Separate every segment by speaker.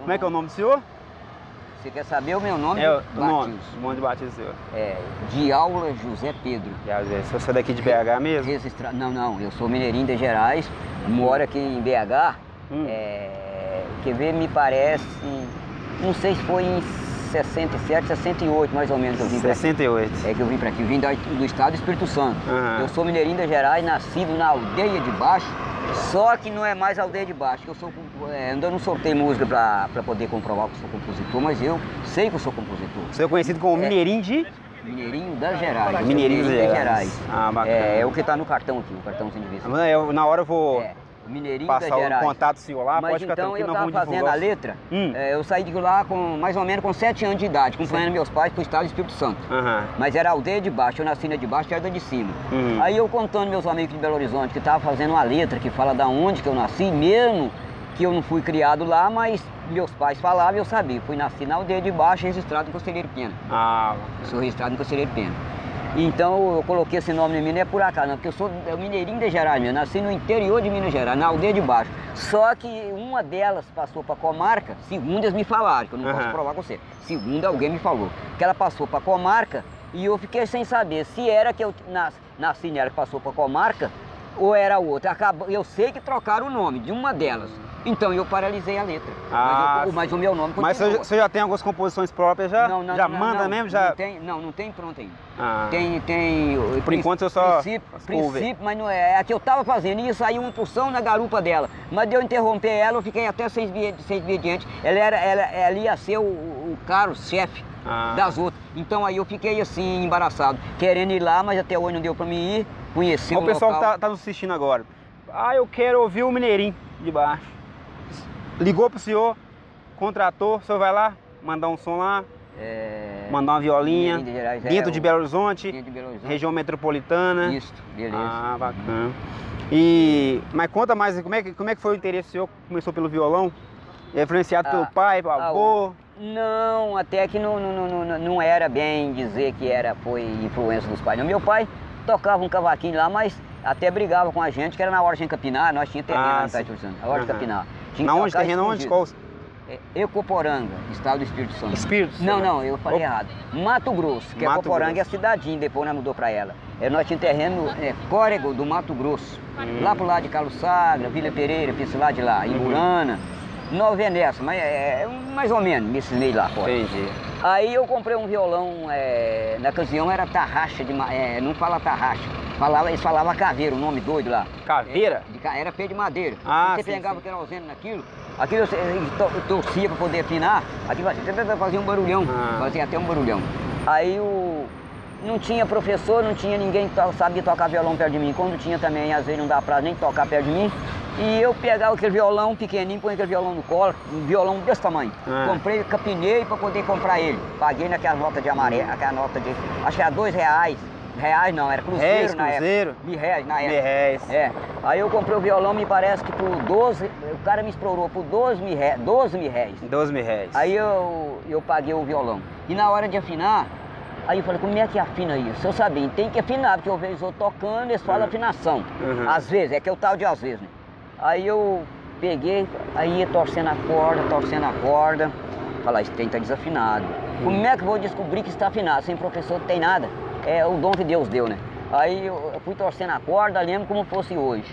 Speaker 1: Como é que é o nome do senhor?
Speaker 2: Você quer saber o meu nome?
Speaker 1: É o
Speaker 2: Batista.
Speaker 1: nome, o nome de batismo do senhor.
Speaker 2: É, de aula José Pedro.
Speaker 1: E às vezes, você é daqui de BH mesmo?
Speaker 2: Registra... Não, não, eu sou mineirinho de Gerais, moro aqui em BH.
Speaker 1: Hum.
Speaker 2: É, quer ver, me parece, não sei se foi em 67, 68 mais ou menos eu vim pra aqui.
Speaker 1: 68.
Speaker 2: É que eu vim pra aqui, eu vim da- do estado do Espírito Santo.
Speaker 1: Aham.
Speaker 2: Eu sou mineirinho de Gerais, nascido na aldeia de baixo, só que não é mais aldeia de baixo, que eu sou, compo- é, ainda não soltei música pra, pra poder comprovar que eu sou compositor, mas eu sei que eu sou compositor.
Speaker 1: O senhor é conhecido como Mineirinho de...
Speaker 2: Mineirinho das Gerais.
Speaker 1: Mineirinho das
Speaker 2: É. de
Speaker 1: Gerais. Ah, bacana.
Speaker 2: É, é o que tá no cartão aqui, o cartãozinho de visita.
Speaker 1: Ah, eu- na hora eu vou
Speaker 2: É, Mineirinho das
Speaker 1: passar o
Speaker 2: Gerais.
Speaker 1: contato do senhor lá,
Speaker 2: Mas
Speaker 1: pode ficar
Speaker 2: então
Speaker 1: tranquilo,
Speaker 2: eu
Speaker 1: não
Speaker 2: tava
Speaker 1: vamos
Speaker 2: fazendo a
Speaker 1: divulgar.
Speaker 2: letra,
Speaker 1: Hum.
Speaker 2: é, eu saí de lá com mais ou menos com 7 anos de idade, acompanhando meus pais pro estado do Espírito Santo.
Speaker 1: Hum, Aham.
Speaker 2: Mas era aldeia de baixo, eu nasci na de baixo e era de cima.
Speaker 1: Uhum.
Speaker 2: Aí eu contando meus amigos de Belo Horizonte que tava fazendo uma letra que fala da onde que eu nasci, mesmo que eu não fui criado lá, mas meus pais falavam e eu sabia. Fui nascido na aldeia de baixo, registrado em Conselheiro Pena.
Speaker 1: Ah,
Speaker 2: Eu sou registrado no Conselheiro Pena. Então eu coloquei esse nome em mim, não é por acaso, não, porque eu sou eu mineirinho de Gerais mesmo. Nasci no interior de Minas Gerais, na aldeia de baixo. Só que uma delas passou para comarca, segundo eles me falaram, que eu não
Speaker 1: Aham.
Speaker 2: posso provar com você. Segundo alguém me falou, que ela passou para comarca e eu fiquei sem saber se era que eu nas- nasci nela que passou para comarca ou era outra. Acabou, eu sei que trocaram o nome de uma delas. Então eu paralisei a letra.
Speaker 1: Ah,
Speaker 2: mas, eu- mas o meu nome
Speaker 1: mas o
Speaker 2: continua.
Speaker 1: senhor, o senhor já tem algumas composições próprias já?
Speaker 2: Não, não,
Speaker 1: já
Speaker 2: não,
Speaker 1: manda
Speaker 2: não,
Speaker 1: mesmo? Já...
Speaker 2: Não, tem, não, não tem pronto ainda.
Speaker 1: Ah.
Speaker 2: Tem, tem. Por
Speaker 1: enquanto eu só-
Speaker 2: Princípio,
Speaker 1: as cover.
Speaker 2: princípio mas não é. É a que eu tava fazendo e saiu uma porção na garupa dela. Mas de eu interromper ela, eu fiquei até seis dias, seis dias diante. Ela, era, ela, ela ia ser o, o caro chefe
Speaker 1: Ah.
Speaker 2: das outras. Então aí eu fiquei assim, embaraçado, querendo ir lá, mas até hoje não deu pra mim ir. Conheci um
Speaker 1: Ó, o pessoal que
Speaker 2: local.
Speaker 1: tá, tá nos assistindo agora. Ah, eu quero ouvir o Mineirinho de baixo. Ligou pro senhor, contratou, o senhor vai lá, mandar um som lá,
Speaker 2: É,
Speaker 1: mandar uma violinha.
Speaker 2: Minas Gerais, é,
Speaker 1: Dentro de
Speaker 2: o-
Speaker 1: Belo Horizonte,
Speaker 2: Dentro de Belo Horizonte.
Speaker 1: região metropolitana.
Speaker 2: Isso, beleza.
Speaker 1: Ah, bacana. E, mas conta mais, como é, que, como é que foi o interesse seu? Começou pelo violão? É influenciado pelo
Speaker 2: Ah,
Speaker 1: pai, pelo
Speaker 2: ah,
Speaker 1: avô?
Speaker 2: Não, até que não, não, não, não, não era bem dizer que era, foi influência dos pais. não. Meu pai tocava um cavaquinho lá, mas até brigava com a gente, que era na hora de Campinar, nós tínhamos terreno
Speaker 1: Ah,
Speaker 2: lá no
Speaker 1: sim.
Speaker 2: Itaitu Santo, na hora de
Speaker 1: Aham.
Speaker 2: Campinar. Tinha
Speaker 1: Na
Speaker 2: que
Speaker 1: onde?
Speaker 2: tocar
Speaker 1: Terreno onde?
Speaker 2: escondido.
Speaker 1: Qual?
Speaker 2: É, Ecoporanga, estado do Espírito Santo.
Speaker 1: Espírito?
Speaker 2: Não,
Speaker 1: senhor?
Speaker 2: não, eu falei errado. Mato Grosso, que
Speaker 1: Mato
Speaker 2: Ecoporanga é a cidadinha, depois nós mudou para ela. É, nós tínhamos terreno é, Córrego do Mato Grosso, lá pro lado de Carlos Sagra, Vila Pereira, Pincelá de lá,
Speaker 1: Uhum.
Speaker 2: Imburana, Nova Venécia, mas é, é mais ou menos nesse meio lá fora.
Speaker 1: Entendi.
Speaker 2: Aí eu comprei um violão, é, na ocasião era tarraxa, de, ma- é, não fala tarraxa, falava, eles falavam caveiro, um nome doido lá.
Speaker 1: Caveira?
Speaker 2: É, De ca- era pé de madeira.
Speaker 1: Ah,
Speaker 2: você
Speaker 1: sim,
Speaker 2: pegava
Speaker 1: sim.
Speaker 2: querosene naquilo, aquilo eu, eu torcia para poder afinar, aquilo fazia, fazia um barulhão,
Speaker 1: Ah.
Speaker 2: fazia até um barulhão. Aí o. Não tinha professor, não tinha ninguém que to- sabia tocar violão perto de mim. Quando tinha também, às vezes não dava pra nem tocar perto de mim. E eu pegava aquele violão pequenininho, põe aquele violão no colo, um violão desse tamanho.
Speaker 1: Ah.
Speaker 2: Comprei, capinei para poder comprar ele. Paguei naquela nota de amarelo, aquela nota de. Acho que era dois reais. Reais não, era cruzeiro
Speaker 1: Réis,
Speaker 2: na época.
Speaker 1: Cruzeiro?
Speaker 2: Mil reais na época.
Speaker 1: Mil réis.
Speaker 2: É. Aí eu comprei o violão, me parece que por 12. O cara me explorou por 12 mil réis. 12 mil réis.
Speaker 1: 12 mil réis.
Speaker 2: é. Aí eu, eu paguei o violão. E na hora de afinar, aí eu falei, como é que afina isso? Eu sabia, tem que afinar, porque eu vejo os outros tocando, eles falam
Speaker 1: Uhum.
Speaker 2: afinação.
Speaker 1: Uhum.
Speaker 2: Às vezes, é que é o tal de às vezes, né? Aí eu peguei, aí ia torcendo a corda, torcendo a corda. Falar, esse trem tá desafinado. Como é que eu vou descobrir que está afinado? Sem professor não tem nada. É o dom que Deus deu, né? Aí eu eu fui torcendo a corda, lembro como fosse hoje.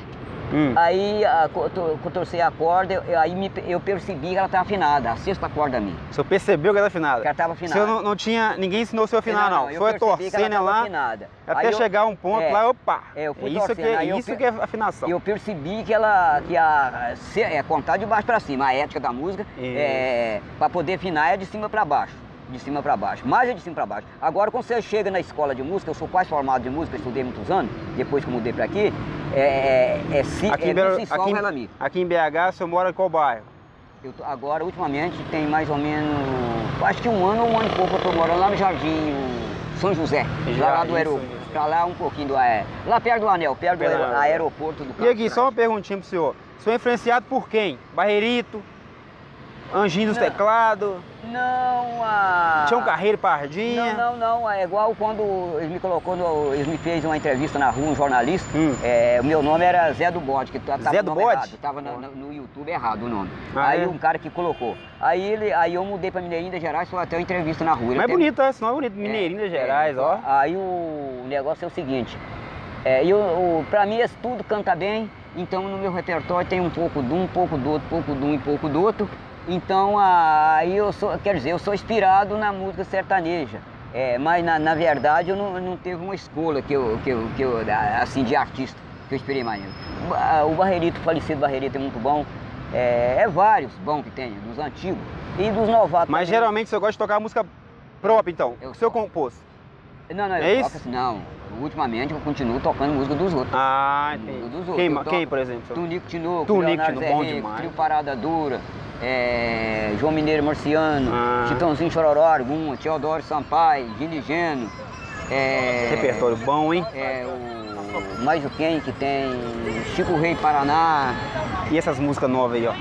Speaker 1: Hum.
Speaker 2: Aí a, co- to- co- torci a corda, eu- aí me pe- eu percebi que ela estava afinada, a sexta corda minha.
Speaker 1: O senhor percebeu que era afinada?
Speaker 2: Que ela tava afinada.
Speaker 1: O senhor não, não tinha... Ninguém ensinou o senhor a afinar, não.
Speaker 2: eu
Speaker 1: Foi
Speaker 2: percebi que ela
Speaker 1: torcendo
Speaker 2: tava
Speaker 1: lá...
Speaker 2: afinada.
Speaker 1: Até
Speaker 2: Aí eu-
Speaker 1: chegar a um ponto
Speaker 2: é,
Speaker 1: lá, opa!
Speaker 2: é, eu fui
Speaker 1: isso
Speaker 2: torcendo,
Speaker 1: que, é-
Speaker 2: aí eu
Speaker 1: isso
Speaker 2: pe-
Speaker 1: que é afinação.
Speaker 2: Eu percebi que ela, que a, se- é contar de baixo para cima, a ética da música,
Speaker 1: Isso.
Speaker 2: é, para poder afinar é de cima para baixo. De cima para baixo, mais é de cima para baixo. Agora, quando você chega na escola de música, eu sou quase formado de música, estudei muitos anos, depois que eu mudei para aqui, é, é, é, si- é,
Speaker 1: Belo-
Speaker 2: si, sol,
Speaker 1: aqui, em-
Speaker 2: ré, lá, mi.
Speaker 1: aqui em BH, o senhor mora em qual bairro?
Speaker 2: Eu tô- agora, ultimamente, tem mais ou menos, acho que um ano, um ano e pouco, eu estou morando lá no Jardim o São José,
Speaker 1: Já,
Speaker 2: lá, lá do
Speaker 1: isso,
Speaker 2: aeroporto,
Speaker 1: isso.
Speaker 2: pra lá um pouquinho do aer- lá perto do anel, perto do
Speaker 1: Pela-
Speaker 2: aer- aeroporto do
Speaker 1: E aqui,
Speaker 2: Campo
Speaker 1: só uma
Speaker 2: Grande.
Speaker 1: perguntinha pro senhor. O senhor é influenciado por quem? Barreirito? Anjinho dos
Speaker 2: Não.
Speaker 1: Teclados,
Speaker 2: Não, a.
Speaker 1: Tião Carreiro
Speaker 2: Não,
Speaker 1: Pardinha.
Speaker 2: não, não. É igual quando ele me colocou, no, ele me fez uma entrevista na rua, um jornalista.
Speaker 1: Hum.
Speaker 2: É, o meu nome era Zé do Bode, que tá- tava
Speaker 1: Zé
Speaker 2: o
Speaker 1: do
Speaker 2: nome
Speaker 1: Bode?
Speaker 2: errado, tava na- na- no YouTube errado o nome.
Speaker 1: Ah,
Speaker 2: aí
Speaker 1: é?
Speaker 2: um cara que colocou. Aí ele, aí eu mudei pra Mineirinho da Gerais, foi até uma entrevista na rua. Ele
Speaker 1: Mas é
Speaker 2: até-
Speaker 1: bonito, ó, esse nome é bonito. Mineirinho
Speaker 2: é,
Speaker 1: das Gerais,
Speaker 2: é.
Speaker 1: ó.
Speaker 2: Aí o negócio é o seguinte. É, eu, o- pra mim esse tudo canta bem, então no meu repertório tem um pouco de um, um pouco do outro, pouco de um e pouco do outro. Então a- aí eu sou, quer dizer, eu sou inspirado na música sertaneja. É, mas na, na verdade eu não, não teve uma escola que eu, que eu, que eu, a- assim de artista que eu esperei mais. Ba- O Barreirito, o falecido Barreirito é muito bom. É, é vários bons que tem, dos antigos e dos novatos.
Speaker 1: Mas
Speaker 2: também.
Speaker 1: geralmente você gosta de tocar música própria, então.
Speaker 2: É. Eu
Speaker 1: O seu
Speaker 2: toco.
Speaker 1: compôs.
Speaker 2: Não, não, eu
Speaker 1: É
Speaker 2: toco
Speaker 1: isso?
Speaker 2: assim, não. Ultimamente eu continuo tocando música dos outros.
Speaker 1: Ah,
Speaker 2: Dos
Speaker 1: entendi.
Speaker 2: outros,
Speaker 1: Quem,
Speaker 2: eu
Speaker 1: ma-
Speaker 2: toco.
Speaker 1: quem, por exemplo?
Speaker 2: Tunico Tinoco,
Speaker 1: Ah, Tunico
Speaker 2: Leonardo
Speaker 1: Tinoco,
Speaker 2: Zé
Speaker 1: bom
Speaker 2: Rico,
Speaker 1: demais.
Speaker 2: Trio Parada Dura, é, João Mineiro Marciano,
Speaker 1: Ah.
Speaker 2: Chitãozinho Chororó Arguma, Teodoro Sampaio, Diligeno. É,
Speaker 1: Repertório bom, hein?
Speaker 2: É, o Mais o Quem que tem, Chico Rei Paraná.
Speaker 1: E essas músicas novas aí, ó.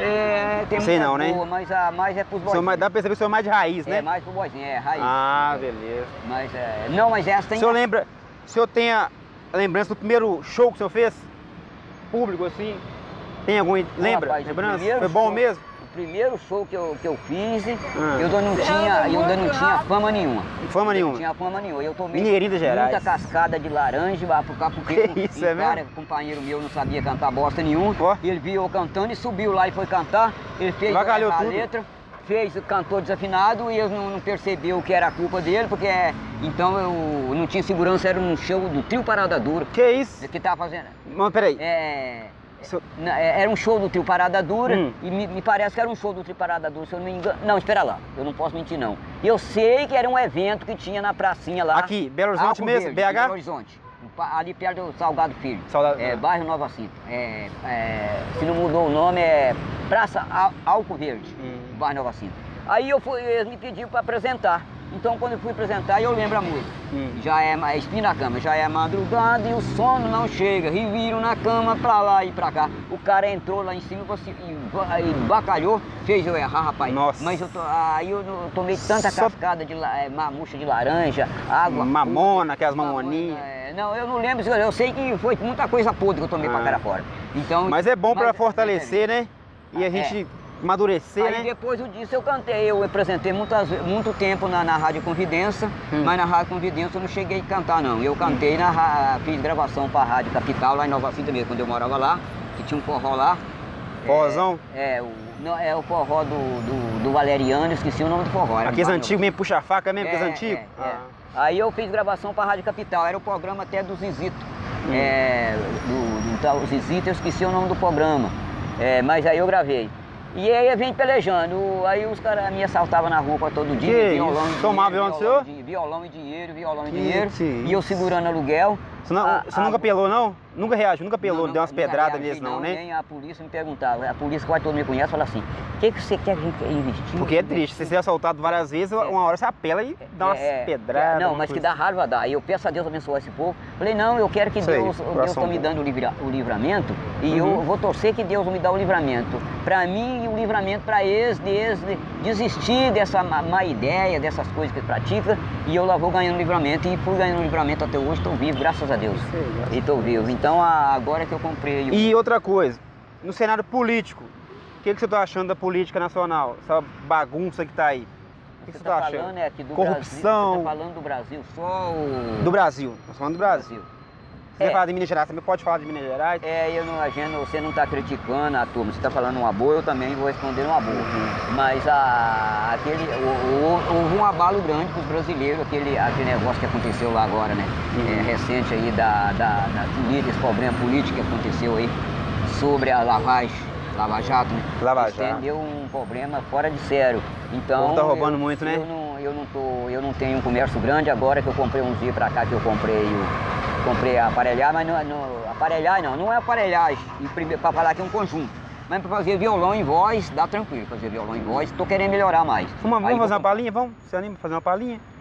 Speaker 2: É, tem
Speaker 1: Sei
Speaker 2: muita
Speaker 1: não, né?
Speaker 2: boa, mas a mais é pros
Speaker 1: O senhor
Speaker 2: boizinhos.
Speaker 1: mais- dá pra perceber que o senhor é mais de raiz,
Speaker 2: É
Speaker 1: né?
Speaker 2: mais pro boizinho, é raiz.
Speaker 1: Ah, beleza.
Speaker 2: Mas, é, não, mas essa
Speaker 1: O
Speaker 2: tem...
Speaker 1: senhor lembra, o senhor tem a a lembrança do primeiro show que o senhor fez? Público, assim? Tem algum, lembra?
Speaker 2: Ah, rapaz, o
Speaker 1: lembrança?
Speaker 2: primeiro
Speaker 1: Foi bom
Speaker 2: show-
Speaker 1: mesmo?
Speaker 2: O primeiro show que eu, que eu fiz,
Speaker 1: Ah.
Speaker 2: eu ainda não tinha, eu ainda não tinha fama nenhuma.
Speaker 1: Fama
Speaker 2: Não
Speaker 1: nenhuma.
Speaker 2: tinha fama nenhuma. Eu tomei
Speaker 1: Mineirinho das Gerais.
Speaker 2: muita cascada de laranja, lá por cá, porque
Speaker 1: Que isso,
Speaker 2: um
Speaker 1: é
Speaker 2: cara, companheiro meu, não sabia cantar bosta nenhuma.
Speaker 1: Ó.
Speaker 2: Ele viu eu cantando e subiu lá e foi cantar. Ele fez
Speaker 1: Avacalhou
Speaker 2: a
Speaker 1: tudo.
Speaker 2: letra, fez, cantou desafinado e eu não, não percebeu que era a culpa dele, porque é, então eu não tinha segurança, era um show do trio Parada Dura.
Speaker 1: Que isso?
Speaker 2: Que tava fazendo.
Speaker 1: Mas peraí.
Speaker 2: É,
Speaker 1: O senhor-
Speaker 2: na- é, Era um show do Trio Parada Dura,
Speaker 1: Hum.
Speaker 2: e me, me parece que era um show do Trio Parada Dura, se eu não me engano. Não, espera lá, eu não posso mentir não. Eu sei que era um evento que tinha na pracinha lá.
Speaker 1: Aqui, Belo Horizonte
Speaker 2: Arco
Speaker 1: mesmo,
Speaker 2: Verde, Belo
Speaker 1: BH?
Speaker 2: Horizonte, no pa- ali perto do Salgado Filho.
Speaker 1: Saudade.
Speaker 2: É, bairro Nova Cinta. É, é, se não mudou o nome, é Praça Al- Alco Verde,
Speaker 1: Hum.
Speaker 2: bairro Nova Cinta. Aí eu fui, eles me pediram para apresentar. Então quando eu fui apresentar, eu lembro a música.
Speaker 1: Hum.
Speaker 2: Já é, ma- é espinho na cama, já é madrugada e o sono não chega. Reviram na cama pra lá e pra cá. O cara entrou lá em cima assim, você- e, ba- e bacalhou, fez eu errar, rapaz.
Speaker 1: Nossa.
Speaker 2: Mas eu, to- aí eu no- tomei tanta
Speaker 1: Só-
Speaker 2: cascada de la- eh, mamucha de laranja, água.
Speaker 1: Mamona, aquelas
Speaker 2: podre,
Speaker 1: mamoninhas.
Speaker 2: eh, Não, eu não lembro, eu sei que foi muita coisa podre que eu tomei
Speaker 1: Ah.
Speaker 2: pra cara fora. Então,
Speaker 1: Mas é bom pra
Speaker 2: mas-
Speaker 1: fortalecer, né? E a
Speaker 2: É.
Speaker 1: gente amadurecer,
Speaker 2: Aí
Speaker 1: né?
Speaker 2: depois disso eu cantei, eu apresentei muitas, ve- muito tempo na, na Rádio Convidência,
Speaker 1: Hum.
Speaker 2: mas na Rádio Convidência eu não cheguei a cantar não. Eu cantei na ra- fiz gravação para a Rádio Capital, lá em Nova Cinta mesmo, quando eu morava lá, que tinha um forró lá.
Speaker 1: Forrozão?
Speaker 2: É, o, não, é o forró do, do, do Valeriano, esqueci o nome do forró. era um
Speaker 1: Aqueles
Speaker 2: baile-
Speaker 1: antigos mesmo, puxa a faca mesmo, aqueles
Speaker 2: é,
Speaker 1: antigos?
Speaker 2: é, é.
Speaker 1: Ah.
Speaker 2: Aí eu fiz gravação para a Rádio Capital, era o programa até do Zizito.
Speaker 1: Hum.
Speaker 2: É, do, do tal Zizito, eu esqueci o nome do programa. É, mas aí eu gravei. E aí eu vim pelejando, o- aí os caras me assaltavam na rua pra todo dia,
Speaker 1: Que
Speaker 2: violão
Speaker 1: isso?
Speaker 2: e
Speaker 1: Tomava
Speaker 2: dinheiro,
Speaker 1: violão do
Speaker 2: violão,
Speaker 1: senhor?
Speaker 2: e di- violão e dinheiro, violão e
Speaker 1: Que
Speaker 2: dinheiro,
Speaker 1: isso?
Speaker 2: e eu segurando aluguel.
Speaker 1: Você, não-
Speaker 2: Ah,
Speaker 1: você
Speaker 2: ah,
Speaker 1: nunca pelou, não? Nunca reagiu, nunca pelou,
Speaker 2: não,
Speaker 1: deu umas
Speaker 2: nunca
Speaker 1: pedradas neles,
Speaker 2: reagi,
Speaker 1: não, né?
Speaker 2: Nem a polícia me perguntava, a polícia quase todo mundo me conhece, fala assim, o que, que você quer gente, investir?
Speaker 1: Porque é triste, se você é assaltado várias vezes, uma hora você apela e dá umas
Speaker 2: É,
Speaker 1: pedradas.
Speaker 2: Não,
Speaker 1: uma
Speaker 2: mas que
Speaker 1: coisa.
Speaker 2: dá raiva dá. E eu peço a Deus abençoar esse povo. Falei, não, eu quero que
Speaker 1: Isso aí,
Speaker 2: Deus, Deus
Speaker 1: coração
Speaker 2: está me
Speaker 1: bom.
Speaker 2: dando o, livra- o livramento e
Speaker 1: Uhum.
Speaker 2: eu vou torcer que Deus me dá o livramento. Para mim e o livramento para eles, de eles de- desistir dessa má, má ideia, dessas coisas que eles praticam. E eu lá vou ganhando livramento e fui ganhando livramento até hoje, estou vivo, graças a Deus.
Speaker 1: Isso aí, graças
Speaker 2: E estou vivo. Então a- agora que eu comprei. o-
Speaker 1: assim. E outra coisa, no cenário político, o que, que você tá achando da política nacional? Essa bagunça que tá aí? O que, que você tá,
Speaker 2: tá
Speaker 1: achando?
Speaker 2: falando é aqui do
Speaker 1: Corrupção.
Speaker 2: Brasil. Você tá falando do Brasil só o.
Speaker 1: Do Brasil, nós falando do Brasil. Se
Speaker 2: É.
Speaker 1: você falar de Minas Gerais, também pode falar de Minas Gerais.
Speaker 2: É, eu não, a gente, você não está criticando a turma, você está falando uma boa, eu também vou responder uma boa. Mas a, aquele, o- o- houve um abalo grande para os brasileiros, aquele, aquele negócio que aconteceu lá agora, né?
Speaker 1: Uhum.
Speaker 2: É, recente aí, da, da, da, do líder, esse problema político que aconteceu aí, sobre a lavagem, Lava Jato, né?
Speaker 1: Lava
Speaker 2: Isso
Speaker 1: Jato.
Speaker 2: Deu um problema fora de sério. Então.
Speaker 1: O povo tá roubando
Speaker 2: eu-
Speaker 1: muito, né?
Speaker 2: Eu não, eu, não tô, eu não tenho um comércio grande agora que eu comprei uns dias pra cá que eu comprei o- comprei a aparelhar, mas não, não aparelhar não, não é aparelhagem, em prime- pra falar que é um conjunto. Mas pra fazer violão em voz, dá tranquilo fazer violão em voz, tô querendo melhorar mais.
Speaker 1: Vamos, vamos
Speaker 2: Aí vou
Speaker 1: fazer uma
Speaker 2: comprar-
Speaker 1: palhinha? Vamos? Você anima a fazer uma palhinha?